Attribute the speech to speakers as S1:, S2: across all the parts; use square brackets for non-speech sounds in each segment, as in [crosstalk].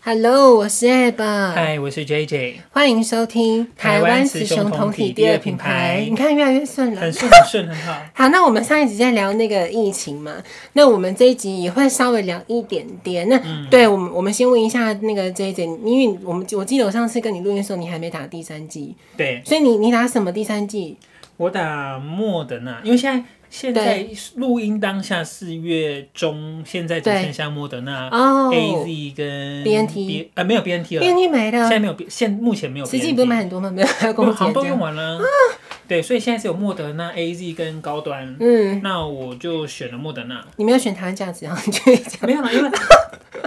S1: Hello，我是 Ab，
S2: 嗨，我是 JJ，
S1: 欢迎收听
S2: 台湾雌雄
S1: 雄
S2: 同体
S1: 体
S2: 第二
S1: 品
S2: 品牌
S1: 你看越来越顺了
S2: 很。顺很顺，很 [laughs] 好。
S1: 好，那我们上一集在聊那个疫情嘛，那我们这一集也会稍微聊一点点。那、
S2: 嗯
S1: 对我们，我们先问一下那个 J J，因为我们我记得我上次跟你录音的时候，你还没打第三季，
S2: 对
S1: 所以你你打什么第三季？
S2: 我打莫德纳，因为现在现在录音当下四月中，现在只
S1: 对
S2: 剩下莫德纳、
S1: 哦
S2: 啊 A Z 跟
S1: BNT
S2: B- 呃没有 B N T 啊了，
S1: 因为没
S2: 现
S1: 了，
S2: 在没有 B- 现目前没有 BNT，
S1: 实际不是买很多吗？没有，还要跟我
S2: 好像都
S1: 姐
S2: 用完了。对，所以现在只有莫德纳 A Z 跟高端，
S1: 嗯，
S2: 那我就选了莫德纳。
S1: 你没有选台湾价值，然啊后你就讲
S2: [laughs] 没有啦，因为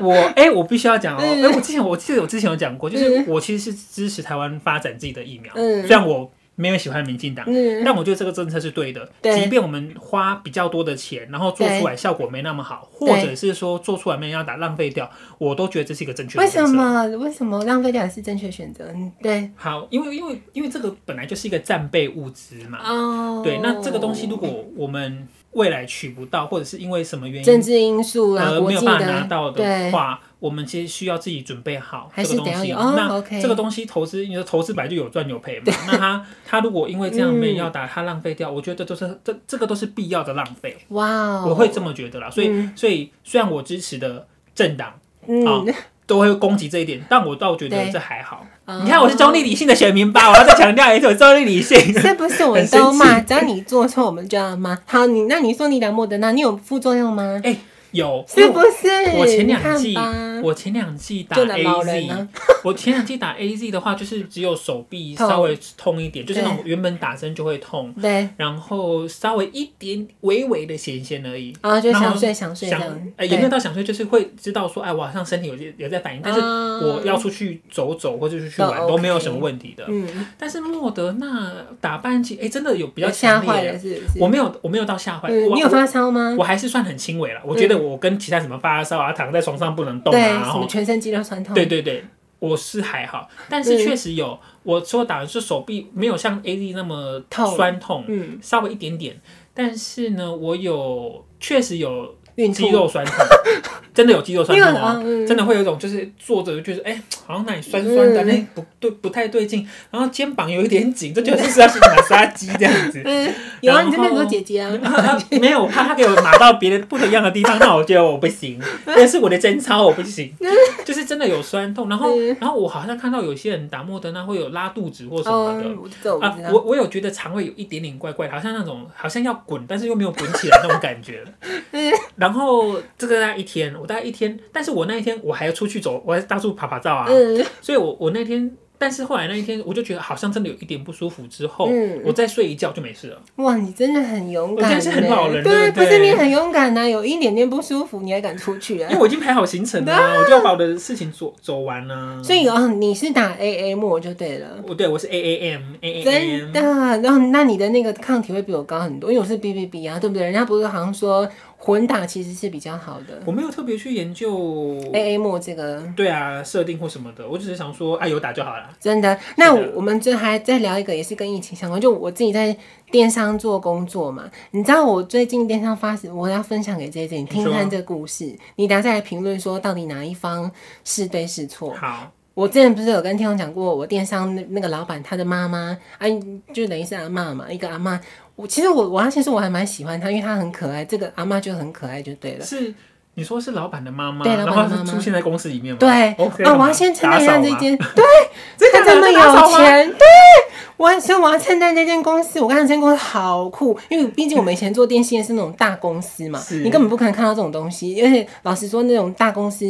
S2: 我哎、我必须要讲哦、
S1: 嗯
S2: 哎、我之前我记得我之前有讲过，就是我其实是支持台湾发展自己的疫苗，
S1: 嗯
S2: 虽然我没有喜欢民进党，
S1: 嗯
S2: 但我觉得这个政策是对的。
S1: 对
S2: 即便我们花比较多的钱，然后做出来效果没那么好，或
S1: 对
S2: 者是说做出来没人要打浪费掉，我都觉得这是一个正确的
S1: 为
S2: 政策。
S1: 什么为什么浪费掉也是正确选择？嗯，对
S2: 好，因为因为因为这个本来就是一个战备物资嘛。
S1: 哦，
S2: 对，那这个东西如果我们未来取不到，或者是因为什么原因
S1: 政治因素啊，
S2: 呃
S1: 国
S2: 没
S1: 际
S2: 有办法拿
S1: 的
S2: 到的
S1: 对
S2: 话，我们其实需要自己准备好
S1: 还
S2: 这
S1: 是
S2: 个
S1: 得
S2: 东
S1: 要
S2: 西。
S1: 有哦
S2: 那
S1: OK
S2: 这个东西投资，你说投资本来就有赚有赔嘛，那他他如果因为这样没人要打，他浪费掉，我觉得都是这这个都是必要的浪费，
S1: 哇哦，
S2: 我会这么觉得啦。所以所以虽然我支持的政党啊
S1: 嗯，
S2: 都会攻击这一点，但我倒觉得
S1: 对
S2: 这还好。
S1: 哦
S2: 你看我是中立理性的选民吧，我要再强调一次，我中立理性。
S1: [laughs] 是不是我们
S2: 很生
S1: 都骂？只要你做错，我们就要骂。好，你那你说你打莫德纳，你有副作用吗？
S2: 哎，有
S1: 是不是？
S2: 我前
S1: 你
S2: 两
S1: 看
S2: 季
S1: 吧，
S2: 我前两季打
S1: 就拿老
S2: A
S1: 人
S2: Z，、
S1: 啊
S2: [laughs] 我前两季打 A Z 的话，就是只有手臂
S1: 痛
S2: 稍微痛一点，就是
S1: 对
S2: 那种原本打针就会痛，
S1: 对，
S2: 然后稍微一点微微的咸咸而已。
S1: 然后啊就
S2: 然后
S1: 想睡想睡这
S2: 想
S1: 样，，
S2: 呃，也没有到想睡，就是会知道说，哎，我好像身体有有在反应，但是
S1: 嗯
S2: 我要出去走走或者是去
S1: 都
S2: 玩都没有
S1: OK
S2: 什么问题的。
S1: 嗯，
S2: 但是莫德纳打半剂，哎，真的有比较
S1: 吓
S2: 强
S1: 坏
S2: 烈
S1: 了
S2: 的，
S1: 是不是？
S2: 我没有我没有到吓坏，
S1: 嗯，
S2: 我
S1: 你有发烧吗？
S2: 我还是算很轻微了。我觉得我跟其他什么发烧啊、躺在床上不能动
S1: 对，
S2: 啊，
S1: 什
S2: 吼
S1: 么全身肌肉酸痛？
S2: 对对对，我是还好，但是确实有，我说打的是手臂没有像 A D 那么
S1: 痛
S2: 酸痛，
S1: 嗯，
S2: 稍微一点点，但是呢，我有确实有
S1: 孕吐
S2: 肌，肉酸痛， [laughs] 真的有肌肉酸
S1: 因为
S2: 痛哦。
S1: 嗯
S2: 真的会有一种，就是坐着就觉得，哎、好像哪里酸酸的，
S1: 嗯
S2: 那、不对，不太对劲，然后肩膀有一点紧，这就是要去 [laughs] 马杀鸡这样子。
S1: 嗯，有啊，
S2: 然
S1: 你这边很多
S2: 后
S1: 姐姐
S2: [laughs]
S1: 啊，
S2: 没有，我怕他给我拿到别的不一样的地方，那我觉得我
S1: [laughs]
S2: 不行，那是我的贞操，我不行，就是真的有酸痛。然后，
S1: 嗯
S2: 然后我好像看到有些人打莫德纳会有拉肚子或什么的。
S1: 嗯，我这我
S2: 啊
S1: 不知，道，
S2: 我我有觉得肠胃有一点点怪怪的，好像那种好像要滚，但是又没有滚起来那种
S1: [laughs]
S2: 感觉。然后这个大概一天，我大概一天，但是我那一天我还要出去走，我还到处爬爬照啊，
S1: 嗯
S2: 所以我我那天，但是后来那一天我就觉得好像真的有一点不舒服，之后、
S1: 嗯
S2: 哦我再睡一觉就没事了。
S1: 哇，你真的很勇敢
S2: 我
S1: 呢，
S2: 真的是很老人
S1: 对，
S2: 对
S1: 不
S2: 不对
S1: 是你很勇敢呐，有一点点不舒服你还敢出去
S2: [laughs]
S1: 啊
S2: 因？为我已经排好行程了、啊
S1: [laughs]
S2: 我就要把我的事情走走完了、
S1: 所以哦，你是打 AA 末就对了。
S2: 我对我是 A A M A A
S1: 真
S2: M，
S1: 的，然后那你的那个抗体会比我高很多，因为我是 B B B 啊，对不对？人家不是好像说混打其实是比较好的
S2: 我没有特别去研究，
S1: ，A A 末这个
S2: 对啊，设定或什么的，我只是想说，啊，有打就好了。
S1: 真的。那
S2: 是的
S1: 我们这还再聊一个，也是跟疫情相关，就我自己在电商做工作嘛。你知道我最近电商发生，我要分享给 J J 你听
S2: 你
S1: 看
S2: 说
S1: 这个故事，你等下再来评论说到底哪一方是对是错。
S2: 好，
S1: 我之前不是有跟听众讲过，我电商那那个老板他的妈妈，啊，就等于是阿嬷嘛，一个阿嬷。我其实我我要先说我还蛮喜欢她，因为她很可爱，这个阿嬷就很可爱就对了。
S2: 是你说是老板的妈妈，
S1: 对老
S2: 然
S1: 板的妈
S2: 后
S1: 妈
S2: 是出现在公司里面吗？
S1: 对，
S2: OK
S1: 啊，
S2: 了
S1: 我
S2: 吗
S1: 要先称赞一下
S2: 打扫
S1: 这
S2: 吗 [laughs]
S1: 间，
S2: 真的
S1: 他
S2: 假的
S1: 这么
S2: 打扫
S1: 有
S2: 吗
S1: 钱，对我，所以我要称赞这间公司。我刚才这间公司好酷，因为毕竟我们以前做电信业是那种大公司嘛，
S2: 是
S1: 你根本不可能看到这种东西。而且老实说，那种大公司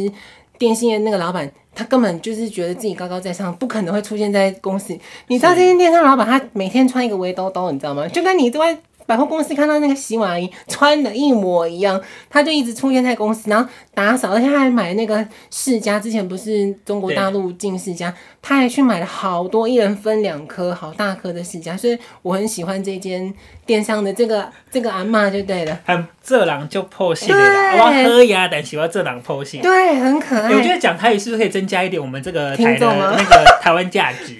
S1: 电信业那个老板，他根本就是觉得自己高高在上，不可能会出现在公司。你知道这间电商老板他每天穿一个围兜兜，你知道吗？就跟你在百货公司看到那个洗碗阿姨穿的一模一样，他就一直出现在公司，然后打扫，而且他还买那个世家，之前不是中国大陆进世家，他还去买了好多，一人分两颗，好大颗的世家，所以我很喜欢这间电商的这个这个阿嬷就对了，
S2: 很这人就破戏
S1: 对
S2: 了，我要喝呀，但喜欢这人破戏。
S1: 对，很可
S2: 欸我觉
S1: 爱。
S2: 得讲台语是不是可以增加一点我们这个
S1: 哎听
S2: 台的
S1: 众啊吗
S2: 那个台湾价值？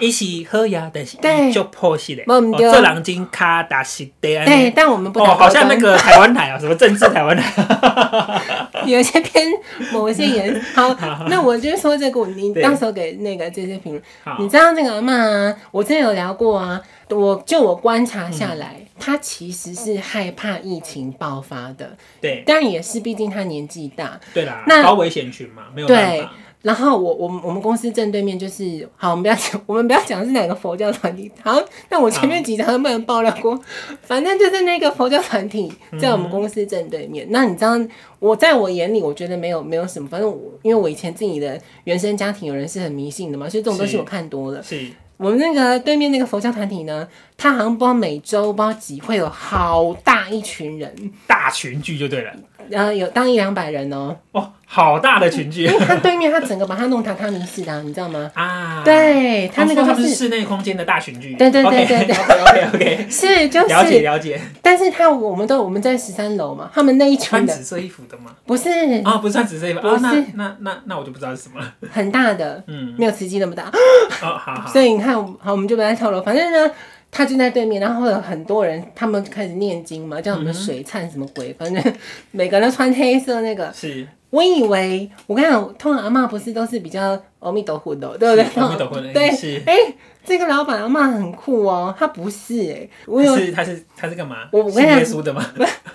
S2: 一起喝呀，但是
S1: 对
S2: 就破戏嘞，
S1: 没
S2: 哦
S1: 错
S2: 这狼金卡打是对啊。
S1: 对，但我们不
S2: 哦，
S1: 打
S2: 好像
S1: 高端
S2: 那个台湾台啊，什么政治台湾台，
S1: 有一些偏某一些人。
S2: [laughs]
S1: 好，那我就说这个，你到时候给那个这些评论。 [laughs]
S2: 好
S1: 你知道那个阿嬷啊，我之前有聊过啊，我就我观察下
S2: 嗯
S1: 来，她其实是害怕疫情爆发的，
S2: 对
S1: 但也是毕竟她年纪大。
S2: 对啦，
S1: 那
S2: 高危险群嘛，没有办
S1: 对
S2: 法。，
S1: 然后我我们我们公司正对面就是，好，我们不要讲， [laughs] 我们不要讲是哪个佛教团体。好，那我前面几条都没有爆料过，反正就是那个佛教团体在我们公司正对面。
S2: 嗯
S1: 那你知道，我在我眼里，我觉得没有没有什么，反正我因为我以前自己的原生家庭有人是很迷信的嘛，所以这种东西
S2: 是
S1: 我看多了。
S2: 是
S1: 我们那个对面那个佛教团体呢，他好像不知道每周不知道几会有好大一群人，
S2: 大群聚就对了，
S1: 然后有当一两百人哦、
S2: 哦，好大的群聚
S1: 因为他对面他整个把它弄榻榻米式的啊、你知道吗？
S2: 啊！
S1: 对他
S2: 哦
S1: 那
S2: 所以
S1: 个
S2: 他
S1: 就
S2: 们是
S1: 是
S2: 室内空间的大群聚，
S1: 对对对对对
S2: [laughs] OK
S1: [laughs]
S2: OK，
S1: 是就
S2: 了解
S1: 是，
S2: 了解，
S1: 但是他我们都我们在十三楼嘛，他们那一群
S2: 穿
S1: 的
S2: 紫色衣服的吗？
S1: 不是
S2: 啊，不是穿紫色衣服
S1: 不
S2: 啊，
S1: 是
S2: 那那那那我就不知道是什么了。
S1: 很大的，
S2: 嗯，
S1: 没有慈禧那么大，
S2: 哦，好好，
S1: 所以你看，好我们就不要透露，反正呢。他就在对面，然后会有很多人，他们开始念经嘛，叫什么
S2: 嗯哼
S1: 水忏什么鬼，反正每个人都穿黑色那个。
S2: 是
S1: 我以为我跟你讲，通常阿嬷不是都是比较阿弥陀佛的，对不对？
S2: 是阿弥陀佛的
S1: 对，
S2: 是
S1: 哎、这个老板阿嬷很酷哦，她不是哎、我有
S2: 是他是他是干嘛？
S1: 我我
S2: 信
S1: 跟你讲
S2: 耶稣的吗？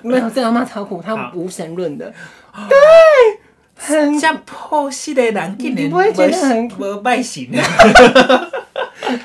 S1: 没有这阿嬷超酷，她
S2: 好哦
S1: 无神论的，对，很
S2: 像破系的人，竟然
S1: 你不会觉得很
S2: 不
S1: [laughs]
S2: 拜行？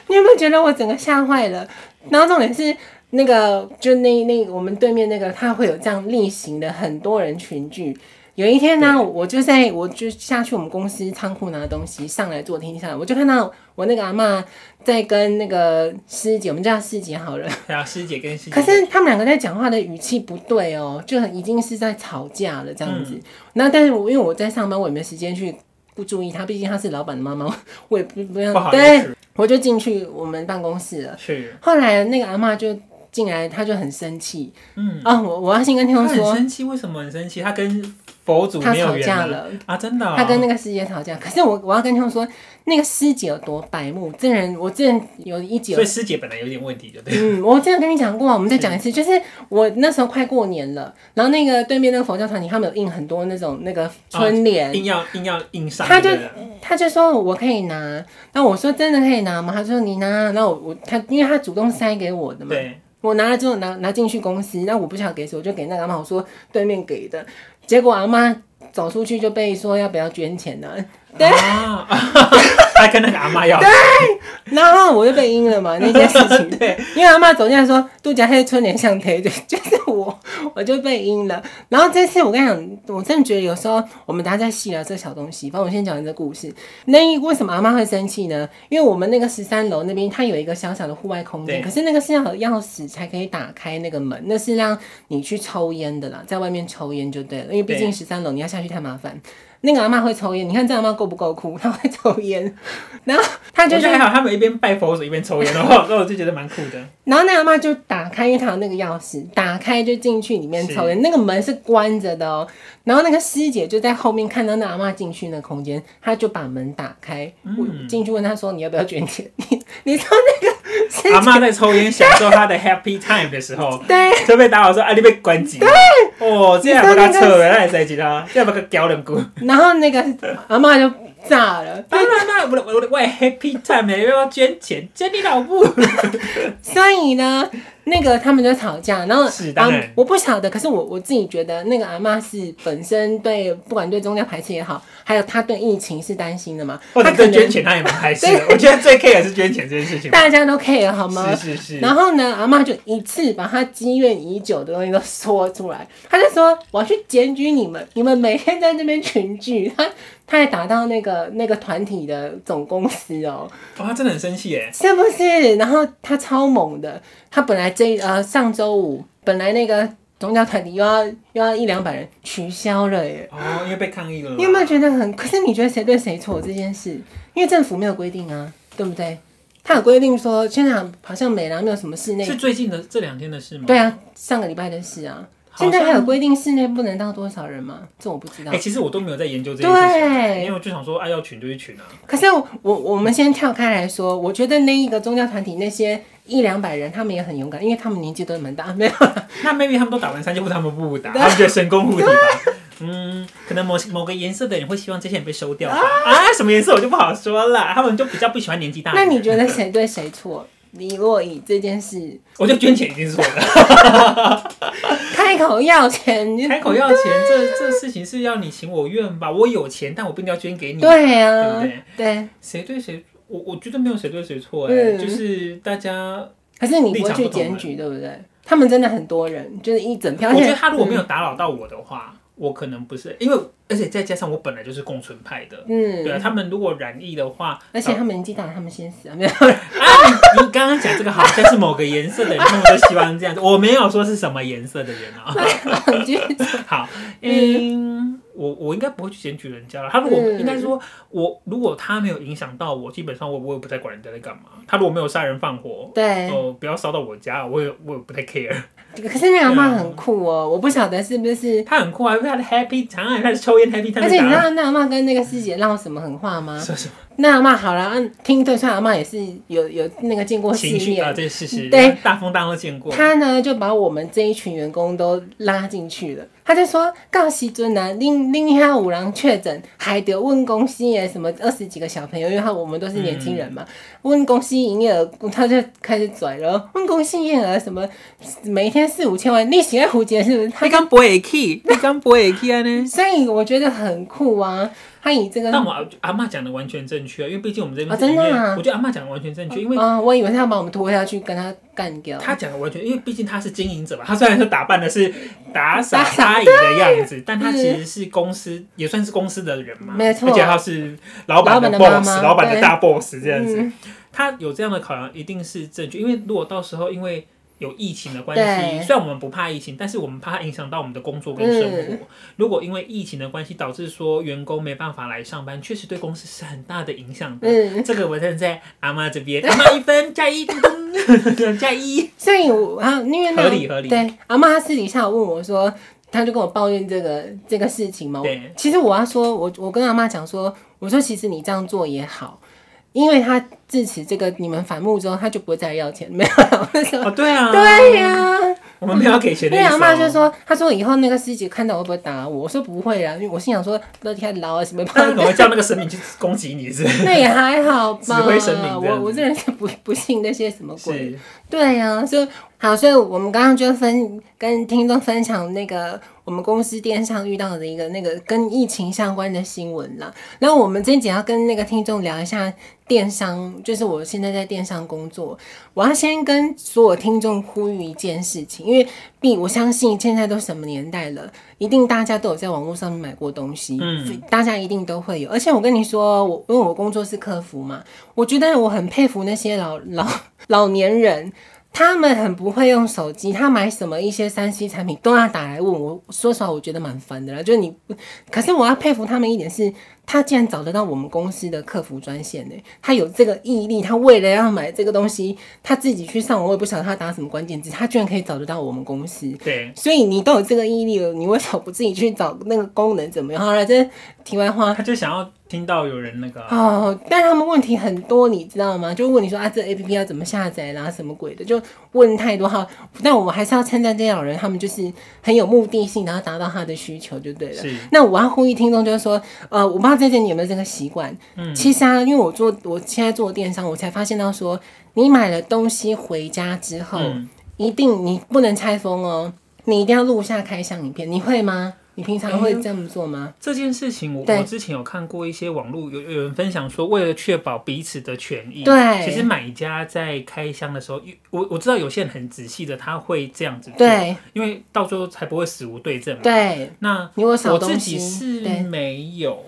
S1: 你有没有觉得我整个吓坏了？然后重点是那个，就那那我们对面那个，他会有这样例行的很多人群聚。有一天呢，我就在我就下去我们公司仓库拿东西，上来坐停下来，我就看到我那个阿嬷在跟那个师姐，我们叫她师姐好
S2: [laughs]
S1: 了。
S2: 然后师姐跟师姐，
S1: 可是他们两个在讲话的语气不对哦，就已经是在吵架了这样
S2: 嗯
S1: 子。那、但是我因为我在上班，我也没时间去不注意她，毕竟她是老板的妈妈，我也不不要
S2: 不好意
S1: 对，
S2: 思，
S1: 我就进去我们办公室了。
S2: 是
S1: 后来那个阿嬷就进来，她就很生气
S2: 嗯，
S1: 啊、我我要先跟听
S2: 他
S1: 众
S2: 很
S1: 说，
S2: 生气，为什么很生气？他跟佛祖
S1: 她
S2: 没有
S1: 吵架
S2: 缘
S1: 了。
S2: 啊，真的哦，
S1: 她跟那个师姐吵架，可是我我要跟听众说，那个师姐有多白目。这人我之前有一集有
S2: 所以师姐本来有点问题，就对了。
S1: 嗯，我之前跟你讲过，我们再讲一次，就是我那时候快过年了，然后那个对面那个佛教团体，他们有印很多那种那个春联，
S2: 硬要硬要硬上，
S1: 他就
S2: 对不对
S1: 他就说我可以拿，那我说真的可以拿吗？他说你拿，那我我他因为他主动塞给我的嘛，
S2: 对，
S1: 我拿了之后拿拿进去公司，那我不晓得给谁，我就给那个阿妈，我说对面给的，结果阿妈走出去就被说要不要捐钱呢、对
S2: 啊， [laughs] 他跟那个阿妈要，
S1: 然后我就被阴了嘛那件事情，
S2: [laughs]
S1: 对，因为阿妈走进来说杜家黑春联像贴， [laughs] 就就是我，我就被阴了。然后这次我跟你讲，我真的觉得有时候我们大家在细聊这小东西，反正我先讲一个故事。那为什么阿妈会生气呢？因为我们那个十三楼那边它有一个小小的户外空间，
S2: 对
S1: 可是那个是要有钥匙才可以打开那个门，那是让你去抽烟的啦，在外面抽烟就对了，因为毕竟
S2: 对
S1: 十三楼你要下去太麻烦。那个阿妈会抽烟，你看这阿妈够不够酷？她会抽烟， [laughs] 然后她
S2: 我
S1: 就
S2: 觉
S1: 去
S2: 得还好，他们一边拜佛祖一边抽烟的话， [laughs] 那我就觉得蛮酷的。
S1: 然后那阿妈就打开一堂那个钥匙，打开就进去里面抽烟，那个门是关着的哦。然后那个师姐就在后面看到那阿妈进去那个空间，她就把门打开，
S2: 嗯
S1: 我进去问她说：“你要不要捐钱？”你你说 [laughs]
S2: 阿妈在抽烟享受她的 happy time 的时候，
S1: 对，
S2: 就被打扰说：“啊，你被关机。”对，哦，这样不他扯了，那也塞起他，这样不他搞两股。
S1: 然后那个阿妈就炸了，
S2: 当然啦，我的我的我的 happy time 呢，又要捐钱，捐你老母。
S1: 所以呢，那个他们就吵架，然后
S2: 是当然
S1: 啊我不晓得，可是我我自己觉得那个阿嬷是本身对不管对宗教排斥也好，还有她对疫情是担心的嘛，
S2: 或
S1: 她
S2: 者
S1: 可
S2: 对捐
S1: 能
S2: 钱，他也蛮开心的。我觉得最 care 的是捐钱这件事情吧。
S1: 大家都 care 好吗？
S2: 是是是，
S1: 然后呢，阿嬷就一次把她积怨已久的东西都说出来，她就说我要去检举你们，你们每天在那边群聚，她她还打到那个那个团体的总公司哦，
S2: 哇，他真的很生气耶。
S1: 是不是？然后她超猛的，她本来这呃上周五本来那个宗教团体又要又要一两百人取消了耶。
S2: 哦，因为被抗议了啦。
S1: 你有没有觉得很？可是你觉得谁对谁错这件事？因为政府没有规定啊，对不对？他有规定说，现在好像美兰没有什么室内
S2: 是最近的这两天的事吗？
S1: 对啊，上个礼拜的事啊，现在还有规定室内不能到多少人吗？这我不知道
S2: 哎、。其实我都没有在研究这件事情，因
S1: 对
S2: 为，我就想说，哎、要群就去群啊。
S1: 可是我我我们先跳开来说，我觉得那一个宗教团体那些一两百人，他们也很勇敢，因为他们年纪都蛮大，没有啦
S2: 那 maybe 他们都打完三阶，或者他们不打，他们觉得神功护体吧。嗯，可能某某个颜色的人会希望这些人被收掉吧。啊，什么颜色我就不好说了，他们就比较不喜欢年纪大的
S1: 那
S2: 人。
S1: 你觉得谁对谁错？李洛以这件事，
S2: 我就捐钱已经是
S1: [laughs]
S2: 错了，
S1: 开口要钱，你
S2: 开口要钱，这这事情是要你情我愿吧？我有钱，但我不一定要捐给你。
S1: 对啊，
S2: 对不
S1: 对
S2: 谁对谁，我我觉得没有谁对谁错哎、
S1: 嗯
S2: 就是大家，
S1: 可是你
S2: 立
S1: 不会
S2: 场
S1: 去
S2: 不同
S1: 检举，对不对？他们真的很多人，就是一整票。
S2: 我觉得
S1: 而且
S2: 他如果没有打扰到我的话，我可能不是，因为而且再加上我本来就是共存派的。
S1: 嗯，
S2: 对啊，他们如果染疫的话，
S1: 而且他们年纪大了，他们先死啊，没有
S2: 你刚刚讲这个好像是某个颜色的人，他们都希望这样子。我没有说是什么颜色的人
S1: [laughs]
S2: 啊。
S1: 啦，就是
S2: 好，嗯，我我应该不会去检举人家了。他如果
S1: 嗯
S2: 应该说，我如果他没有影响到我，基本上我我也不太管人家在干嘛。他如果没有杀人放火，
S1: 对。
S2: 哦，不要烧到我家，我也我也不太 care。
S1: 可是那阿妈很酷哦，我不晓得是不是。
S2: 他很酷啊，因为他的 happy time，他的抽烟 happy time，
S1: 而且你知
S2: 在打
S1: 道那阿妈跟那个师姐唠什么狠话吗？
S2: 说什么
S1: 那阿妈好了，嗯听对算阿妈也是有有那个见过世
S2: 情绪啊，
S1: 面，
S2: 这事实，
S1: 对，
S2: 大风大浪见过。
S1: 她呢就把我们这一群员工都拉进去了。她就说：“告西尊啊，另另外五郎确诊，还得问公司耶什么二十几个小朋友，因为他我们都是年轻人
S2: 嗯
S1: 嘛，问公司营业额，他就开始拽了，问公司营业额什么，每天四五千万，你喜欢胡杰是不是？他
S2: 你刚不会去，你刚不会去啊呢？
S1: 所以我觉得很酷啊，他以这个，
S2: 但我阿阿妈讲的完全正确啊，因为毕竟我们这边
S1: 哦
S2: 是
S1: 真的
S2: 营业
S1: 啊
S2: 我觉得阿妈讲的完全正确，因为
S1: 啊、我以为他要把我们拖下去跟他干掉。
S2: 他讲的完全，因为毕竟他是经营者嘛，他虽然说打扮的是打扫阿姨的样子，但他其实是公司也算是公司的人嘛，
S1: 没错
S2: 而且他是老板
S1: 老板的妈
S2: boss，
S1: 妈
S2: 老板的
S1: 对
S2: 大 boss 这样子
S1: 嗯，
S2: 他有这样的考量一定是正确，因为如果到时候因为。有疫情的关系，
S1: 对
S2: 虽然我们不怕疫情，但是我们怕它影响到我们的工作跟生活。
S1: 嗯
S2: 如果因为疫情的关系导致说员工没办法来上班，确实对公司是很大的影响的。
S1: 嗯，
S2: 这个我站在阿妈这边，阿妈一分加一， [laughs] 咚咚加一。
S1: 所以我啊，因为那
S2: 合理合理
S1: 对阿妈，她私底下有问我说，她就跟我抱怨这个这个事情嘛。我
S2: 对
S1: 其实我要说，我我跟阿妈讲说，我说其实你这样做也好，因为她自此这个你们反目之后，她就不会再要钱，没有啦。我就说
S2: [laughs] 哦，对啊，
S1: 对呀、
S2: 我们没有要给钱的
S1: 对
S2: 意思、哦。
S1: 阿妈就说，她说以后那个师姐看到会不会打我？我说不会啊啦，因为我心想说，乐天老啊什么
S2: 他可能会叫那个神明去攻击你是不是。
S1: 那也还好吧，
S2: 指挥神明这
S1: 我
S2: 样子
S1: 我这人是不不信那些什么鬼。
S2: 是，
S1: 对呀、所以好，所以我们刚刚就分跟听众分享那个我们公司电商遇到的一个那个跟疫情相关的新闻啦。然后我们这一集要跟那个听众聊一下电商，就是我现在在电商工作，我要先跟所有听众呼吁一件事情，因为毕我相信现在都什么年代了，一定大家都有在网络上面买过东西，
S2: 嗯，
S1: 大家一定都会有。而且我跟你说，我因为我工作是客服嘛，我觉得我很佩服那些老老老年人。他们很不会用手机，他买什么一些三 C 产品都要打来问我。说实话，我觉得蛮烦的啦。就是你，可是我要佩服他们一点是，他竟然找得到我们公司的客服专线呢、他有这个毅力，他为了要买这个东西，他自己去上网，我也不晓得他打什么关键字，他居然可以找得到我们公司。
S2: 对，
S1: 所以你都有这个毅力了，你为什么不自己去找那个功能怎么样？好了，这题外话
S2: 他就想要听到有人那个啊，
S1: 哦。但他们问题很多，你知道吗？就问你说啊，这 A P P 要怎么下载啦，什么鬼的，就问太多哈。但我们还是要称赞这些老人，他们就是很有目的性，然后达到他的需求就对了。
S2: 是
S1: 那我要呼吁听众就是说，呃，我不知道这些你有没有这个习惯。
S2: 嗯
S1: 其实啊，因为我做我现在做电商，我才发现到说，你买了东西回家之后，
S2: 嗯，
S1: 一定你不能拆封哦，你一定要录下开箱影片，你会吗？你平常会这么做吗？
S2: 这件事情我
S1: 对
S2: 我之前有看过一些网络有有人分享说，为了确保彼此的权益，
S1: 对
S2: 哎其实买家在开箱的时候，有我我知道有些人很仔细的，他会这样子做，，
S1: 对
S2: 因为到最后才不会死无对证嘛。
S1: 对，
S2: 那
S1: 你有
S2: 我
S1: 少
S2: 自
S1: 东
S2: 己
S1: 西，
S2: 是
S1: 对，
S2: 没有，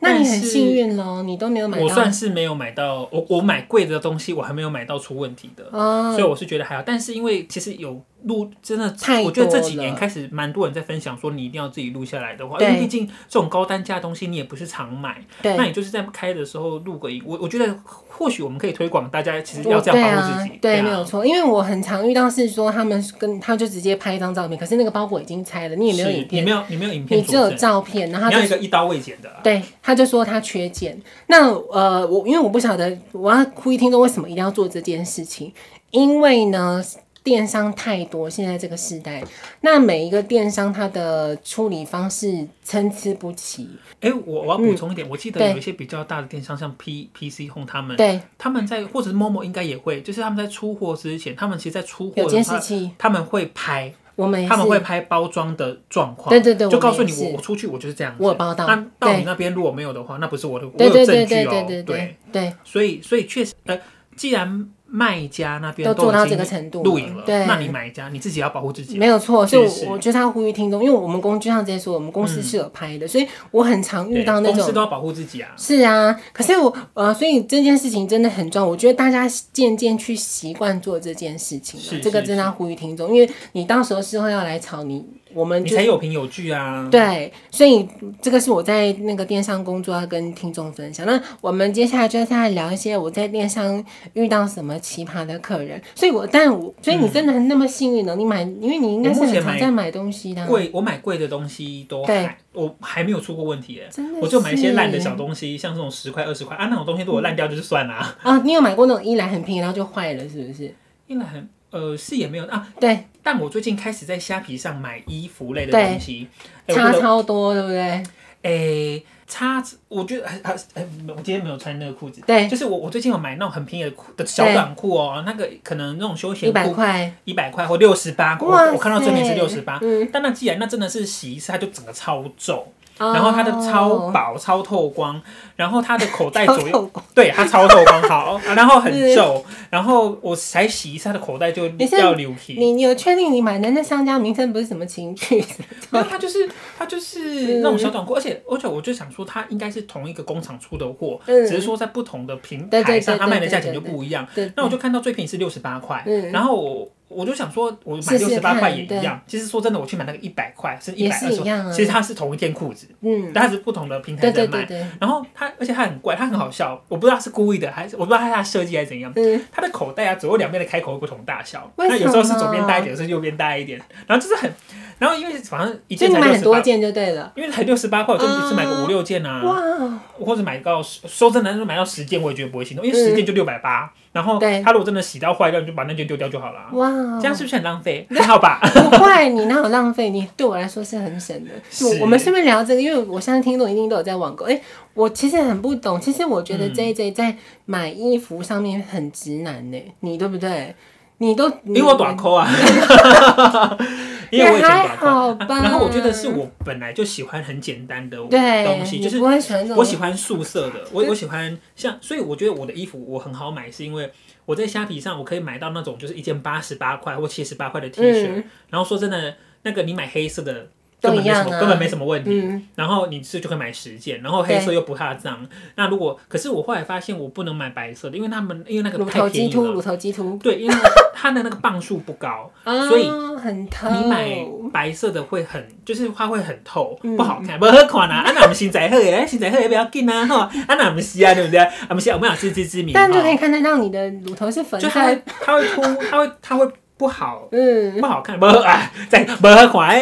S1: 那你很
S2: 但是
S1: 幸运喽，你都没有买到。
S2: 我算是没有买到，我我买贵的东西，我还没有买到出问题的。
S1: 哦
S2: 所以我是觉得还好。但是因为其实有录真的
S1: 太，
S2: 我觉得这几
S1: 多
S2: 年
S1: 了
S2: 开始蛮多人在分享说，你一定要自己录下来的话，因
S1: 对
S2: 为毕竟这种高单价的东西你也不是常买，
S1: 对
S2: 那你就是在开的时候录个影，我我觉得或许我们可以推广大家其实
S1: 我
S2: 要这
S1: 对
S2: 样保护自
S1: 啊
S2: 己，，
S1: 对，
S2: 啊
S1: 没有错，因为我很常遇到是说他们跟他就直接拍一张照片，可是那个包裹已经拆了，你也没有
S2: 是
S1: 影
S2: 你
S1: 片，
S2: 没有你没有影
S1: 你
S2: 片
S1: 只有
S2: 佐证，
S1: 照片，然后
S2: 你
S1: 他
S2: 要
S1: 就
S2: 一个一刀未剪的啊，
S1: 对，他就说他缺件。那呃，我因为我不晓得，我要故意听说为什么一定要做这件事情，因为呢。电商太多，现在这个时代，那每一个电商它的处理方式参差不齐。
S2: 哎、我我要补充一点，我记得
S1: 嗯对
S2: 有一些比较大的电商，像 P P C Home 他们，
S1: 对，
S2: 他们在或者是 Momo 应该也会，就是他们在出货之前，他们其实在出
S1: 有
S2: 货
S1: 监
S2: 的
S1: 视
S2: 话，
S1: 器，
S2: 他们会拍，
S1: 我们也
S2: 他们会
S1: 是，
S2: 拍包装的状况，
S1: 对对对，
S2: 就
S1: 我
S2: 告
S1: 们也
S2: 诉你我
S1: 是
S2: 我出去我就是这样子。
S1: 我有报道
S2: 那，到你
S1: 对
S2: 那边如果没有的话，那不是我的，我
S1: 对
S2: 有
S1: 对
S2: 证
S1: 对
S2: 据
S1: 对
S2: 哦。
S1: 对对对对，
S2: 所以所以确实，呃，既然卖家那边
S1: 都做到
S2: 已
S1: 这
S2: 经
S1: 个程度
S2: 录影了，
S1: 对，
S2: 那你买家你自己要保护自己。啊
S1: 没有错，所以
S2: 是是嗯
S1: 我我就是要呼吁听众，因为我们公就像直接说，我们公司是有拍的，所以我很常遇
S2: 对
S1: 到那
S2: 公
S1: 种
S2: 司都要保护自己啊。
S1: 是啊，可是我呃，所以这件事情真的很重要。我觉得大家渐渐去习惯做这件事情
S2: 是
S1: 了，这个
S2: 是
S1: 真的要呼吁听众，因为你到时候事后要来吵你，我们
S2: 你
S1: 就
S2: 才有凭有据啊！
S1: 对，所以这个是我在那个电商工作要跟听众分享。那我们接下来就要再来聊一些我在电商遇到什么奇葩的客人。所以我，但我所以你真的那么幸运呢？哦你买，因为你应该是
S2: 嗯我目
S1: 很
S2: 前
S1: 常
S2: 买
S1: 在买东西的啊、
S2: 贵，我买贵的东西都
S1: 对
S2: 还，我还没有出过问题耶。
S1: 真的
S2: 我就买一些烂的
S1: 是
S2: 小东西，像这种十块、二十块啊，那种东西如果烂掉就是算啦、
S1: 啊！你有买过那种一来很便宜，然后就坏了，是不是？
S2: 一来很呃是也没有啊，
S1: 对，
S2: 但我最近开始在虾皮上买衣服类的
S1: 对
S2: 东西，哎
S1: 差
S2: 我的
S1: 超多，对不对？
S2: 哎差，我觉得还还哎，我今天没有穿那个裤子。
S1: 对，
S2: 就是我，我最近有买那种很便宜的裤的小
S1: 对
S2: 短裤哦，那个可能那种休
S1: 一
S2: 闲
S1: 百
S2: 裤
S1: 块。
S2: 一百块或六十八，我
S1: 哇
S2: 我看到正品是
S1: 塞
S2: 六十八，
S1: 嗯
S2: 但那既然那真的是洗一次，它就整个超皱，
S1: 然
S2: 然后它的超
S1: 哦
S2: 薄、超透光，然后它的口袋左右，
S1: 右，
S2: 对，它超透光，
S1: [laughs]
S2: 好，啊然后很皱，然后我才洗一次，它的口袋就
S1: 你是
S2: 要流皮。
S1: 你你有确定你买的那商家名称不是什么情趣？
S2: 没有，它就是它就是
S1: 嗯
S2: 那种小短裤，而且而且我就想说，它应该是同一个工厂出的货，
S1: 嗯
S2: [laughs] 只是说在不同的平
S1: 对对
S2: 台
S1: 对
S2: 上，它
S1: 对
S2: 卖的
S1: 对
S2: 价
S1: 对
S2: 钱就
S1: 对
S2: 不一样。
S1: 对，
S2: 那我就看到最便宜是六十八块，
S1: 嗯
S2: 然后我我就想说，我买
S1: 试
S2: 六
S1: 试
S2: 十八
S1: 看
S2: 块也一样。其实说真的，我去买那个一百块是一
S1: 也
S2: 百二
S1: 是一
S2: 十，
S1: 样啊。
S2: 其实它是同一件裤子，
S1: 嗯，
S2: 但它是不同的平台
S1: 对
S2: 在
S1: 对
S2: 卖
S1: 对。对，
S2: 然后它，而且它很怪，它很好笑，我不知道它是故意的还是我不知道它的设计还是怎样。
S1: 嗯，
S2: 它的口袋啊，左右两边的开口会不同大小，
S1: 为
S2: 那有时
S1: 什
S2: 候是左边
S1: 么
S2: 大一点，有时候是右边大一点，然后就是很，然后因为反正一
S1: 所
S2: 件
S1: 以你
S2: 才
S1: 买
S2: 六
S1: 很
S2: 十
S1: 多
S2: 八，
S1: 嗯件就对了。
S2: 因为才六十八块，我就一次买个
S1: 啊
S2: 五六件啊，
S1: 哇，
S2: 或者买到十说真的，就买到十件我也觉得不会心动，因为十件就六百八，然后
S1: 对哦
S2: 它如果真的洗到坏掉，你就把那件丢掉就好了啊。
S1: 哇，
S2: 这样是不是很浪费？还
S1: [laughs]
S2: 好吧？ [laughs]
S1: 不会，你哪有浪费？你对我来说是很省的。
S2: 是
S1: 我我们顺便聊这个，因为我相信听众一定都有在网购。哎、我其实很不懂，其实我觉得
S2: 嗯
S1: J J 在买衣服上面很直男呢、你对不对？你都因
S2: 因为我短扣啊， [laughs] 因为我以前
S1: 还
S2: 短扣。
S1: 好吧。
S2: 然后我觉得是我本来就喜欢很简单的
S1: 对
S2: 东西，
S1: 你
S2: 就是
S1: 不会喜欢这种，
S2: 我喜欢素色的，我
S1: 对
S2: 我喜欢像，所以我觉得我的衣服我很好买，是因为我在虾皮上我可以买到那种就是一件八十八块或七十八块的 T 恤，
S1: 嗯
S2: 然后说真的，那个你买黑色的
S1: 都
S2: 根本
S1: 一
S2: 没
S1: 样
S2: 什
S1: 啊
S2: 么，根本没什么问题。
S1: 嗯，
S2: 然后你是就可以买十件，然后黑色又不怕脏。那如果可是我后来发现我不能买白色的，因为他们因为那个
S1: 乳
S2: 太
S1: 头
S2: 便
S1: 肌
S2: 宜
S1: 突，乳
S2: 了，
S1: 头肌突，
S2: 对，因为那个它的那个磅数不高，
S1: 啊
S2: 所以
S1: 很透。
S2: 你买白色的会很，就是它会很透，
S1: 哦嗯
S2: 不好看，不好看啊。啊，那我们新仔喝 [laughs] 耶，新仔喝也不要紧啊哈。啊，那我们是啊，对不对？啊，我们是啊，我们有自知之明，
S1: 但就可以
S2: 哈
S1: 看得到你的乳头是粉
S2: 就它
S1: 色
S2: 会，它会凸，
S1: [laughs]
S2: 它会它会不好
S1: 嗯
S2: 不好 [laughs] 看，不啊，在不好看，哎，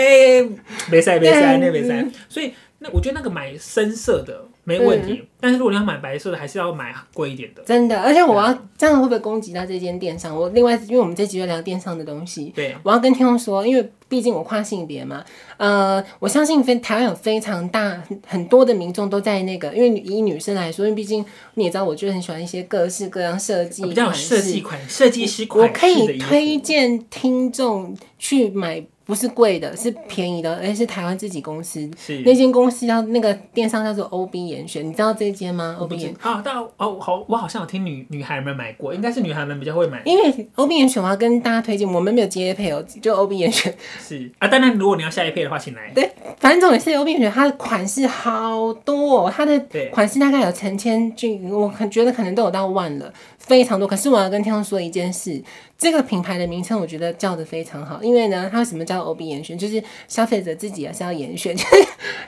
S2: 没塞没
S1: 嗯
S2: 塞，那没塞。所以那我觉得那个买深色的没问
S1: 嗯
S2: 题，但是如果你要买白色的，还是要买贵一点的。
S1: 真的。而且我要这样会不会攻击到这间电商？我另外，因为我们这集要聊电商的东西，
S2: 对，啊
S1: 我要跟听众说，因为毕竟我跨性别嘛，呃，我相信非台湾有非常大很很多的民众都在那个，因为以女生来说，因为毕竟你也知道，我就很喜欢一些各式各样设计
S2: 哦比较有
S1: 款式
S2: 设计款、设计师
S1: 我
S2: 款
S1: 可
S2: 式的
S1: 以
S2: 衣
S1: 推
S2: 服。
S1: 荐听众去买，不是贵的，是便宜的，而且是台湾自己公司。
S2: 是
S1: 那间公司叫那个电商叫做 OB 严选，你知道这间吗
S2: 我
S1: ？OB
S2: 不知
S1: 严，
S2: 啊，但哦，好，我好像有听女女孩们买过，应该是女孩们比较会买，
S1: 因为 OB 严选我要跟大家推荐，我们没有接配哦，就 OB 严选。 [laughs]
S2: 是啊。当然，如果你要下一配的话，请来。
S1: 对，反正重点是 OB 严选，它的款式好多、哦，它的
S2: 对
S1: 款式大概有成千就，我可觉得可能都有到万了，非常多。可是我要跟听众说一件事，这个品牌的名称我觉得叫的非常好，因为呢，它为什么叫 O B 严选？就是消费者自己也是要严选， [laughs] 就是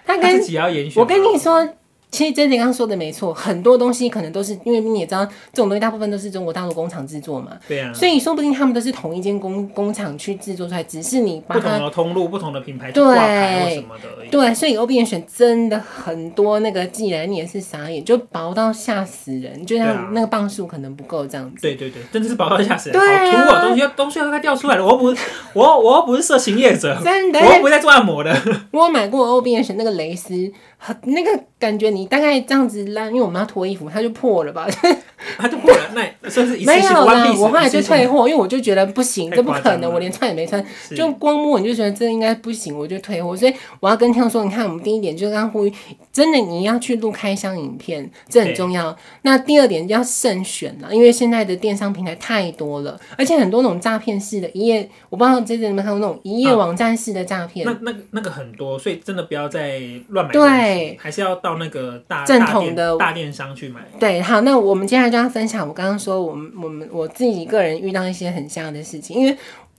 S1: 它
S2: 他
S1: 跟
S2: 自己要严选。
S1: 我跟你，说，其实 J J 刚刚说的没错，很多东西可能都是因为你也知道，这种东西大部分都是中国大陆工厂制作嘛，
S2: 对啊，
S1: 所以说不定他们都是同一间工工厂去制作出来，只是你把
S2: 不同
S1: 它。
S2: 的通路、不同的品牌去挂牌或什么的而已。
S1: 对，所以 O B 严选真的很多，那个既然你也是傻眼，就薄到吓死人，就
S2: 对啊
S1: 像那个磅数可能不够这样子。
S2: 对对对，真的是把到吓死人！
S1: 对啊
S2: 好土啊，东西东西要快掉出来了。我又不是，我又我又不是色情业者，
S1: 真的，
S2: 啊
S1: 哎
S2: 我又不是在做按摩的。
S1: 我有买过 O B 严选那个蕾丝，很那个感觉你大概这样子拉，因为我们要脱衣服，它就破了吧？
S2: 他就破了，那算是一
S1: [laughs]
S2: 次
S1: 没
S2: 性
S1: 有
S2: one
S1: 啦
S2: piece，，
S1: 我后来就
S2: 一次性
S1: 退货，因为我就觉得不行，
S2: 太
S1: 这不
S2: 夸
S1: 可
S2: 张了
S1: 能，我连穿也没穿，
S2: 是
S1: 就光摸你就觉得这应该不行，我就退货。所以我要跟听众说，你看我们第一点就是刚刚呼吁，真的你要去录开箱影片，这很
S2: 对
S1: 重要。那第二点要慎选了，因为现在的电商平台太多了，而且很多那种诈骗式的一夜，我不知道这前有没有看过那种一夜
S2: 啊
S1: 网站式的诈骗。
S2: 那那个那个很多，所以真的不要再乱买
S1: 对
S2: 东西，还是要到那个大
S1: 正
S2: 大
S1: 统
S2: 店
S1: 的
S2: 大电商去买。
S1: 对，好，那我们接下来就要分享我刚刚说我们我们我自己个人遇到一些很像的事情，因为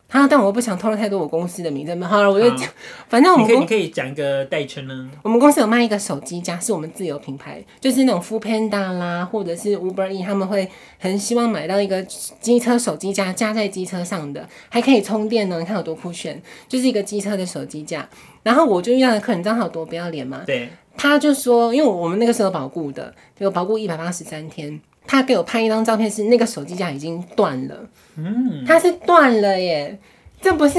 S1: 他但我不想透露太多我公司的名字嘛，好了，我就
S2: 好
S1: 讲，反正我们
S2: 你可以
S1: 公
S2: 你可以讲一个代称呢，
S1: 我们公司有卖一个手机架，是我们自有品牌，就是那种 f o o Panda 啦，或者是 Uber E，他们会很希望买到一个机车手机架，架在机车上的，还可以充电呢。你看有多酷炫，就是一个机车的手机架。然后我就遇到的客人，你知道他有多不要脸吗？
S2: 对，
S1: 他就说，因为我们那个时候有保固的，有保固一百八十三天，他给我拍一张照片，是那个手机架已经断了，嗯，它是断了耶，这不是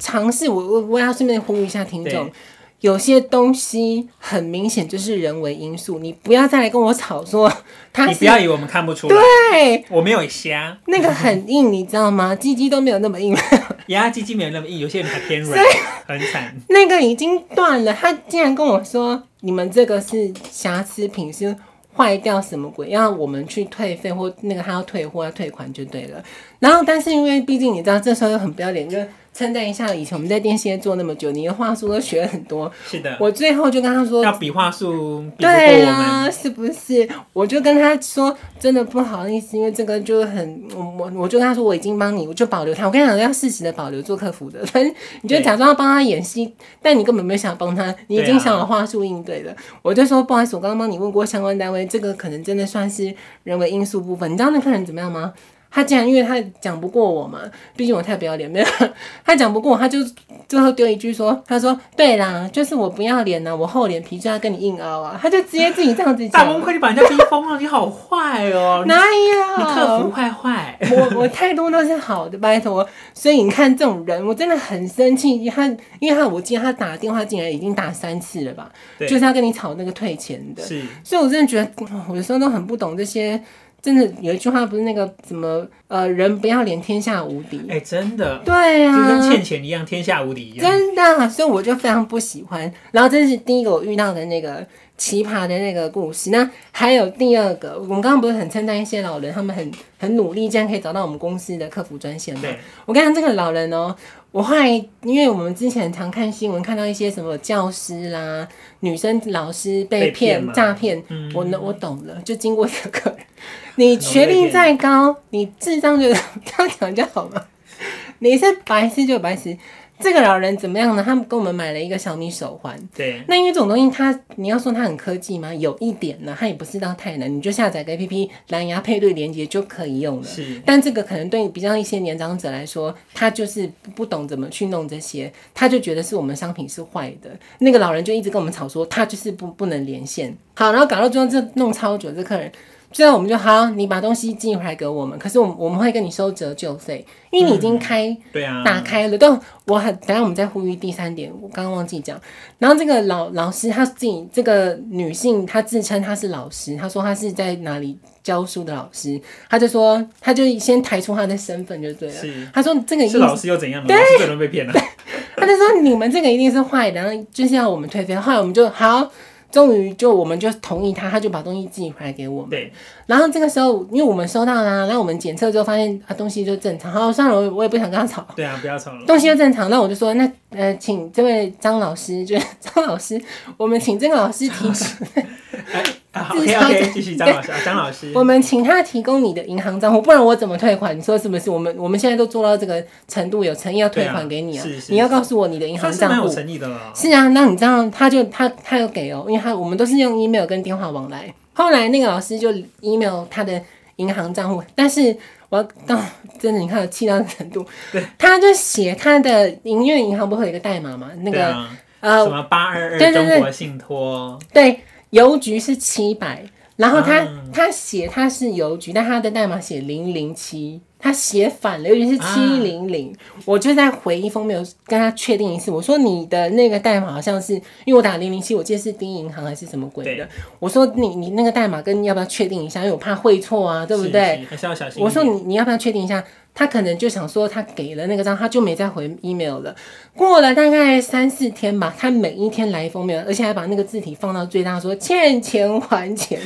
S1: 尝试。我我我要顺便呼吁一下听众
S2: 对，
S1: 有些东西很明显就是人为因素，你不要再来跟我吵说它
S2: 你
S1: 是
S2: 不要以为我们看不出来，
S1: 对
S2: 我没有瞎，
S1: 那个很硬，你知道吗？鸡鸡都没有那么硬，
S2: 牙鸡鸡没有那么硬，有些人还偏软，很惨。
S1: [laughs] 那个已经断了，他竟然跟我说你们这个是瑕疵品，是坏掉什么鬼，要我们去退费或那个他要退货要退款就对了。然后，但是因为毕竟你知道，这时候又很不要脸，就称赞一下以前我们在电视业做那么久，你的话术都学了很多。
S2: 是的，
S1: 我最后就跟他说
S2: 要，比话术比不
S1: 对
S2: 过我们，
S1: 啊，是不是？我就跟他说，真的不好意思，因为这个就很，我我我就跟他说，我已经帮你，我就保留他。我跟你讲，要适时的保留做客服的，反正你就
S2: 对
S1: 假装要帮他演戏，但你根本没有想帮他，你已
S2: 对啊
S1: 经想好话术应对了。我就说不好意思，我刚刚帮你问过相关单位，这个可能真的算是人为因素部分。你知道那客人怎么样吗？他竟然因为他讲不过我嘛，毕竟我太不要脸，没有他讲不过我，他就最后丢一句说，他说对啦，就是我不要脸呐、我厚脸皮就要跟你硬凹啊，他就直接自己这样子
S2: [laughs] 大崩
S1: 讲，
S2: 溃，你把人家逼疯了，你好坏哦，你
S1: 哪
S2: 你客服
S1: 有？
S2: 坏坏。
S1: 我我态度都是好的，拜托。所以你看这种人，我真的很生气。他因为他我记得他打电话进来已经打三次了吧，
S2: 对
S1: 就是要跟你吵那个退钱的。
S2: 是，
S1: 所以我真的觉得，嗯我有时候都很不懂这些。真的有一句话不是那个怎么呃，人不要脸，天下无敌。
S2: 哎、真的，
S1: 对
S2: 就跟
S1: 啊，
S2: 欠钱一样，天下无敌一样。
S1: 真的，啊所以我就非常不喜欢。然后这是第一个我遇到的那个奇葩的那个故事。那还有第二个，我们刚刚不是很称赞一些老人，他们很很努力，竟然可以找到我们公司的客服专线吗？
S2: 对，
S1: 我跟你讲，这个老人哦、我后来因为我们之前常看新闻，看到一些什么教师啦、女生老师被
S2: 被骗
S1: 骗
S2: 嘛
S1: 诈骗，
S2: 嗯
S1: 我呢我懂了，就经过这个。你
S2: 容易
S1: 学
S2: 被
S1: 历
S2: 骗
S1: 再高，你智商就这样讲就好了。 [laughs] 你是白痴就白痴。这个老人怎么样呢？他们给我们买了一个小米手环，
S2: 对，
S1: 那因为这种东西它，你要说它很科技吗？有一点呢，它也不是到太难，你就下载个 APP，蓝牙配对连接就可以用了。
S2: 是
S1: 但这个可能对比较一些年长者来说，他就是不懂怎么去弄这些，他就觉得是我们商品是坏的。那个老人就一直跟我们吵说，他就是不不能连线。好，然后搞到最后这弄超久，这客人。最后我们就好，你把东西寄回来给我们，可是我们我们会跟你收折旧费，因为你已经开、
S2: 对啊，
S1: 打开了，但我很等一下我们再呼吁第三点，我刚刚忘记讲。然后这个老老师她自己这个女性，她自称她是老师，她说她是在哪里教书的老师，她就说她就先抬出她的身份就对了
S2: 是。
S1: 她说这个一
S2: 是
S1: 定
S2: 老师又怎样的？老师最容易被骗了。
S1: 他就说你们这个一定是坏的，然后就是要我们退费。后来我们就好，终于就我们就同意他，他就把东西寄回来给我们。
S2: 对。
S1: 然后这个时候，因为我们收到啦、然后我们检测之后发现啊东西就正常，好，算了，我也我也不想跟他吵。
S2: 对啊，不要吵了。
S1: 东西就正常，那我就说，那呃，请 [laughs] 这位张老师，就是张老师，我们请这个老师提出，
S2: 哎、啊
S1: 自
S2: OK
S1: 杀
S2: OK，继续张老师，啊张老师，
S1: 我们请他提供你的银行账户，不然我怎么退款？你说是不是？我们我们现在都做到这个程度，有诚意要退款给你啊！
S2: 对啊是是
S1: 你要告诉我你的银行
S2: 算是蛮
S1: 账
S2: 有
S1: 户。
S2: 诚意的了。
S1: 是啊，那你这样他就他他有给哦，因为他我们都是用 email 跟电话往来。后来那个老师就 email 他的银行账户，但是我要到真的你看我气到的程度，他就写他的营业银行不会有一个代码嘛？那
S2: 对
S1: 个、
S2: 啊
S1: 呃
S2: 什么八二
S1: 对
S2: 二
S1: 对对
S2: 中国信托，
S1: 对，邮局是七百，然后他、
S2: 啊
S1: 他写他是邮局，但他的代码写零零七，他写反了，尤其是
S2: 啊
S1: 七零零，我就在回一封没有跟他确定一次，我说你的那个代码好像是因为我打零零七，我记得是第一银行还是什么鬼的
S2: 对，
S1: 我说你你那个代码跟要不要确定一下，因为我怕会错啊，对不
S2: 是
S1: 对？？
S2: 是还是要小心一点。
S1: 我说你你要不要确定一下？他可能就想说他给了那个账，他就没再回 email 了。过了大概三四天吧，他每一天来一封 mail，而且还把那个字体放到最大，说欠钱还
S2: [laughs]
S1: 钱。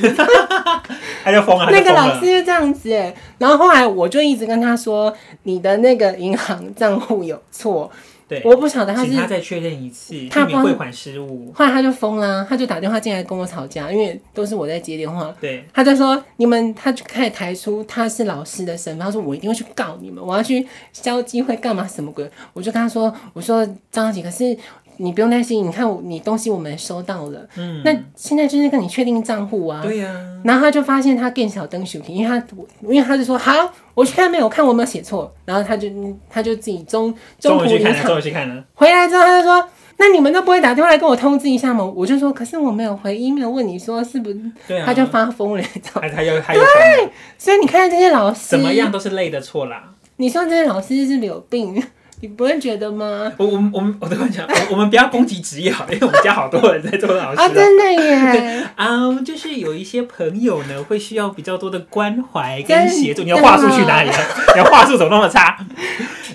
S2: 他就哎疯了，他就
S1: 那个
S2: 哎疯
S1: 老师
S2: 了。
S1: 就这样子哎、然后后来我就一直跟他说，你的那个银行账户有错，
S2: 对，
S1: 我不晓得他是
S2: 请。他再确认一次，避
S1: 他
S2: 免
S1: 帮
S2: 汇款失误。
S1: 后来他就疯啦、他就打电话进来跟我吵架，因为都是我在接电话。
S2: 对，
S1: 他就说你们，他就开始抬出他是老师的身份，他说我一定会去告你们，我要去消机会干嘛什么鬼？我就跟他说，我说张姐，可是你不用担心，你看我你东西我们收到了，
S2: 嗯，
S1: 那现在就是跟你确定账户啊。
S2: 对呀，
S1: 然后他就发现他更小灯熊，因为他因为他就说好，我去看没有，我看我有没有写错，然后他就他就自己中中
S2: 中午
S1: 途
S2: 去
S1: 离
S2: 看了，
S1: 场
S2: 中午去看了。
S1: 回来之后，他就说。那你们都不会打电话来跟我通知一下吗？我就说，可是我没有回 email 问你说是不是，
S2: 对啊，
S1: 他就发疯了，你知道吗
S2: 还还有还有疯了
S1: 所以你看这些老师
S2: 怎么样？都是累的错啦。
S1: 你说这些老师是不是有病， [laughs] 你不会觉得吗？
S2: 我我们我们我突然想，我我们不要攻击职业好了，因为我们家好多人在做老
S1: 啊，
S2: 师了。
S1: 真的耶！
S2: 啊、就是有一些朋友呢，会需要比较多的关怀
S1: 真
S2: 跟协助。你的话术去哪里了？你的话术怎么那么差？
S1: [laughs]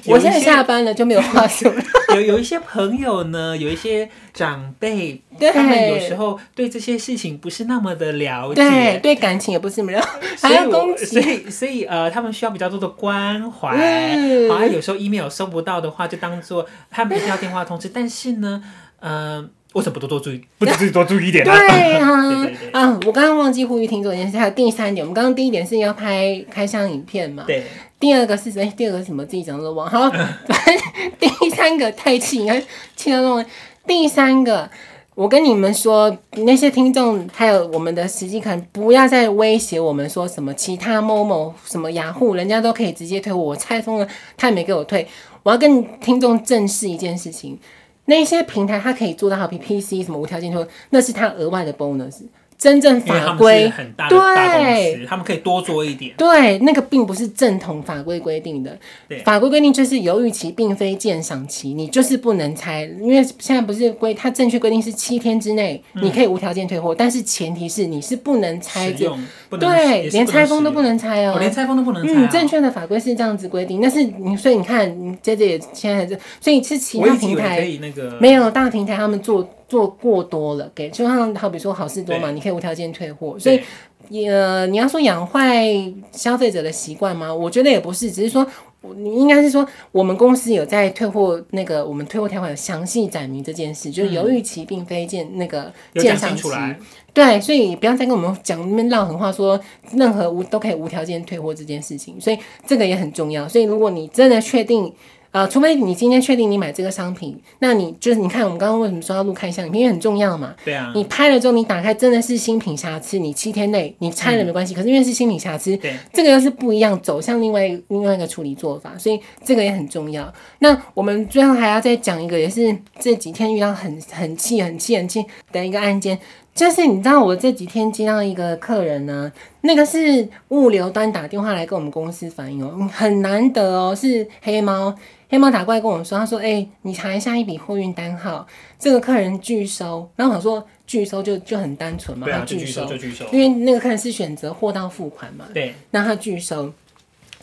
S1: 我现在
S2: [laughs] 有一
S1: 下班了就没有话说了。
S2: 些有有一些朋友呢，有一些长辈，
S1: 对
S2: 他们有时候对这些事情不是那么的了
S1: 对
S2: 解，
S1: 对，感情也不是没有，
S2: 所
S1: 还
S2: 以
S1: 要攻
S2: 我所
S1: 击。
S2: 以所以呃，他们需要比较多的关怀。
S1: 嗯
S2: 好像有时候 email 收不到的话，就当做他们一定要电话通知。但是呢，呃，为什么不多多注意，不自己多注意一点呢、
S1: [laughs] 对啊
S2: [laughs] 对对对，
S1: 啊！我刚刚忘记呼吁听众一件事，还有第三点，我们刚刚第一点是要拍开箱影片嘛，
S2: 对，
S1: 第二个是哎，第二个是什么自己讲都忘，好， [laughs] 反正第三个太气，你看气到忘了。第三个，我跟你们说，那些听众还有我们的实际看，不要再威胁我们说什么其他某某什么雅虎，人家都可以直接退我，我拆封了，他也没给我退。我要跟听众正视一件事情，那些平台它可以做到好比 PC 什么无条件退，那是它额外的 bonus。真正
S2: 因为他
S1: 法
S2: 们
S1: 规
S2: 是很大的大公
S1: 对
S2: 司，他们可以多做一点。
S1: 对，那个并不是正统法规规定的
S2: 对。
S1: 法规规定就是犹豫期并非鉴赏期，你就是不能拆，因为现在不是规，它正确规定是七天之内你可以无条件退货，但是前提是你是不能拆
S2: 嗯使
S1: 这，
S2: 用不能
S1: 对，连拆封都不
S2: 能
S1: 能拆
S2: 使
S1: 哦
S2: 用，我。连拆封都不能拆、啊。
S1: 嗯，正确的法规是这样子规定，但是你所以你看，你姐姐也现在这，所以是其
S2: 我
S1: 他
S2: 一直以
S1: 平
S2: 为可
S1: 台
S2: 以那个
S1: 没有大平台他们做做过多了，给就像好比说好事多嘛，你可以无条件退货，所以
S2: 对
S1: 也、呃、你要说养坏消费者的习惯吗？我觉得也不是，只是说。我你应该是说，我们公司有在退货那个，我们退货条款有详细载明这件事，就是犹豫期并非鉴那个
S2: 嗯有
S1: 鉴
S2: 讲
S1: 赏
S2: 清
S1: 期
S2: 楚。来，
S1: 对，所以不要再跟我们讲那边浪狠话说，任何无都可以无条件退货这件事情，所以这个也很重要。所以如果你真的确定，呃，除非你今天确定你买这个商品，那你就是你看我们刚刚为什么说要录开箱影片，因为很重要嘛。
S2: 对啊，
S1: 你拍了之后，你打开真的是新品瑕疵，你七天内你拆了没关系，可是因为是新品瑕疵
S2: 对，
S1: 这个又是不一样，走向另外一另外一个处理做法，所以这个也很重要。那我们最后还要再讲一个，也是这几天遇到很很气、很气、很气的一个案件，就是你知道我这几天接到一个客人呢、那个是物流端打电话来跟我们公司反映哦，嗯很难得哦，是黑猫。黑猫打过来跟我说，他说：“哎、你查一下一笔货运单号，这个客人拒收。”然后我想说拒收就就很单纯嘛，
S2: 对啊，
S1: 他
S2: 就
S1: 拒
S2: 拒收
S1: 收，
S2: 就拒收，
S1: 因为那个客人是选择货到付款嘛，
S2: 对，
S1: 那他拒收。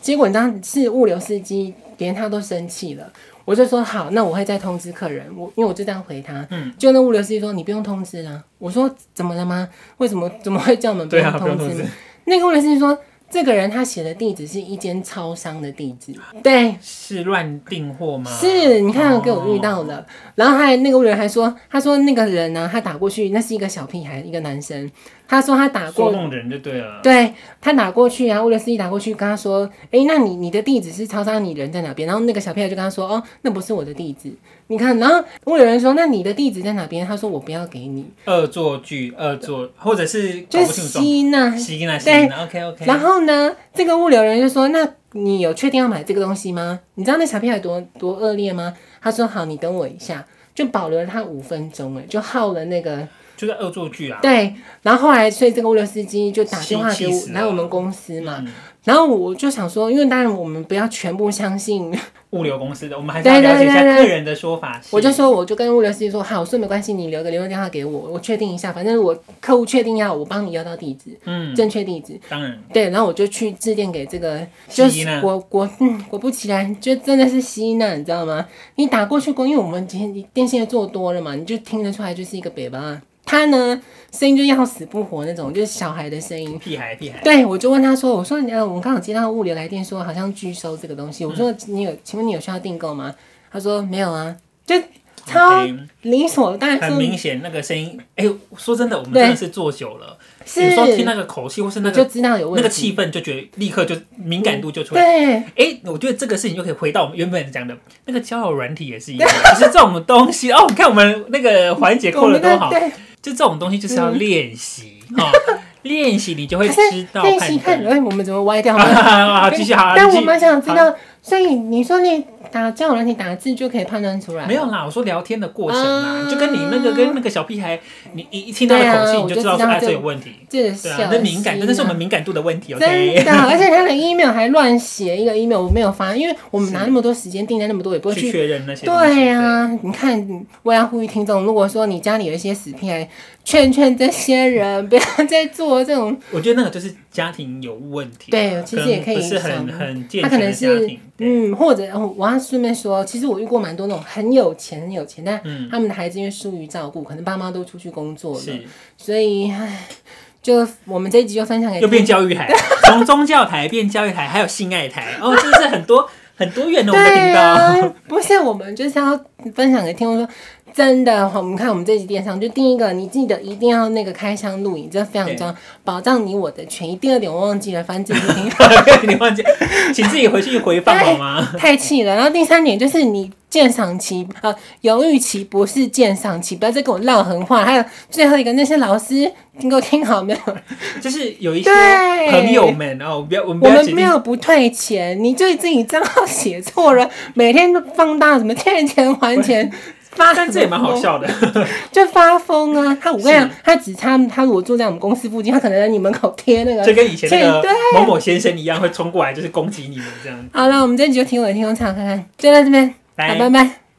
S1: 结果你知道是物流司机，连他都生气了。我就说好，那我会再通知客人。我因为我就这样回他，
S2: 嗯，
S1: 就那物流司机说你不用通知啦。我说怎么了吗？为什么怎么会叫我们不
S2: 对
S1: 用
S2: 啊，不用
S1: 通知
S2: 通知
S1: 呢？，那个物流司机说，这个人他写的地址是一间超商的地址，对，
S2: 是乱订货吗？
S1: 是，你看给我遇
S2: 哦，
S1: 到了，然后还那个物流人还说，他说那个人呢、他打过去，那是一个小屁孩，一个男生，他说他打
S2: 捉
S1: 过，
S2: 弄人就对了。
S1: 对他打过去啊，为了司机打过去，跟他说，诶，那你你的地址是超商，你人在哪边？然后那个小屁孩就跟他说，哦，那不是我的地址，你看，然后问有人说，那你的地址在哪边？他说我不要给你，
S2: 恶作剧、恶作，或者是搞
S1: 就
S2: 不
S1: 是
S2: 清楚状况。
S1: 吸纳
S2: 行啊，
S1: 对
S2: 行啊，OK OK。
S1: 然后呢，这个物流人就说：“那你有确定要买这个东西吗？”你知道那小屁孩多多恶劣吗？他说：“好，你等我一下。”就保留了他五分钟，哎，就耗了那个
S2: 就在恶作剧啊，
S1: 对。然后后来，所以这个物流司机就打电话给
S2: 气
S1: 我
S2: 死了
S1: 来我们公司嘛。
S2: 嗯，
S1: 然后我就想说，因为当然我们不要全部相信，
S2: 物流公司的，我们还是要
S1: 对对
S2: 了解一下
S1: 对对
S2: 客人的说法是。
S1: 我就说我就跟物流司机说：“好，我说没关系，你留个联络电话给我，我确定一下，反正我客户确定要，我帮你要到地址，
S2: 嗯，
S1: 正确地址。”
S2: 当然，
S1: 对，然后我就去致电给这个，就
S2: 希
S1: 是
S2: 娜
S1: 果果嗯，果不其然，就真的是希娜，你知道吗？你打过去过，因为我们今天电线做多了嘛，你就听得出来就是一个北巴。他呢，声音就要死不活那种，就是小孩的声音。
S2: 屁孩屁孩，
S1: 对，我就问他说：“我说，呃，我们刚好接到物流来电说好像拒收这个东
S2: 嗯
S1: 西。”我说：“你有，请问你有需要订购吗？”他说：“没有啊。”就嗯超
S2: OK，
S1: 理所当然
S2: 很
S1: 说
S2: 明显那个声音，哎、说真的，我们
S1: 对
S2: 真的是坐久了，
S1: 是，
S2: 有时候听那个口气或是那
S1: 你就
S2: 个
S1: 知道有
S2: 那
S1: 问
S2: 个
S1: 题。
S2: 气氛，就觉得立刻就敏感度就出来。
S1: 对，
S2: 哎、我觉得这个事情就可以回到我们原本讲的那个交友软体也是一样， [laughs] 就是这种东西哦。你看我们那个环节
S1: 我
S2: 扣的
S1: 们
S2: 多
S1: 的
S2: 哎好，
S1: 对，嗯
S2: 就这种东西就是要练习哈，练习你就会
S1: 可是
S2: 知道
S1: 练习
S2: 判
S1: 看，
S2: 断。
S1: 哎，我们怎么歪
S2: [laughs]
S1: 掉了？
S2: 好，啊继续好，
S1: [laughs] 但
S2: 继
S1: 我
S2: 续
S1: 蛮想知道，所以你说你打交友软体打字就可以判断出来？
S2: 没有啦，我说聊天的过程啦，
S1: 啊
S2: 就跟你那个跟那个小屁孩，你一一听到的口
S1: 对
S2: 气
S1: 啊
S2: 你就知
S1: 我就
S2: 道说
S1: 知道
S2: 哎
S1: 这
S2: 这有问题，
S1: 这个
S2: 对
S1: 小
S2: 啊，那敏感，
S1: 心啊
S2: 那是我们敏感度的问题
S1: 真
S2: ，OK？
S1: 的，而且他的 email 还乱写一个 email，我没有发，因为我们拿那么多时间订单那么多，也不会
S2: 去
S1: 去。
S2: 确认那些东西
S1: 对啊呀、，你看，我也要呼吁听众，如果说你家里有一些死屁孩，劝劝这些人不要再做这种
S2: [laughs] 对，我觉得那个就是家庭有问题，
S1: 对其实也可以
S2: 能不是很
S1: 想
S2: 很健
S1: 他可
S2: 全
S1: 能
S2: 的
S1: 是
S2: 家庭，对
S1: 嗯，或者哦我要顺便说，其实我遇过蛮多那种很有钱很有钱，但
S2: 嗯
S1: 他们的孩子因为疏于照顾，可能爸妈都出去工作了，
S2: 是
S1: 所以唉，就我们这一集就分享给
S2: 又变教育台，从宗教台变教育台，还有性爱台，哦，真的是很多很多元的我们
S1: 对
S2: 频道，
S1: 啊，不是我们就是要分享给听众说，真的，我们看我们这集电商，就第一个，你记得一定要那个开箱录影，这非常重要，保障你我的权益。第二点我忘记了，反正自己听
S2: [laughs] 你忘记，请自己回去回放好吗？
S1: [laughs] 太气了。然后第三点就是你鉴赏期啊，犹豫期不是鉴赏期，不要再跟我唠狠话。还有最后一个，那些老师，你给我听好没有？
S2: 就是有一些
S1: 对
S2: 朋友们哦，不要我们不
S1: 我
S2: 要
S1: 们
S2: 指
S1: 没
S2: 定
S1: 有不退钱，你就自己账号写错了，每天都放大什么欠钱还
S2: [laughs]
S1: 钱，发
S2: 但这也蛮好，笑的，
S1: 就发疯啊！他我跟你讲
S2: 是，
S1: 他只差他如果住在我们公司附近，他可能在你门口贴那
S2: 就
S1: 个。
S2: 跟以前那个
S1: 对
S2: 某某先生一样，会冲过来就是攻击你们这样。
S1: 好了，我们这集就听我的听众唱看看，就到这边，好，
S2: 拜
S1: 拜拜。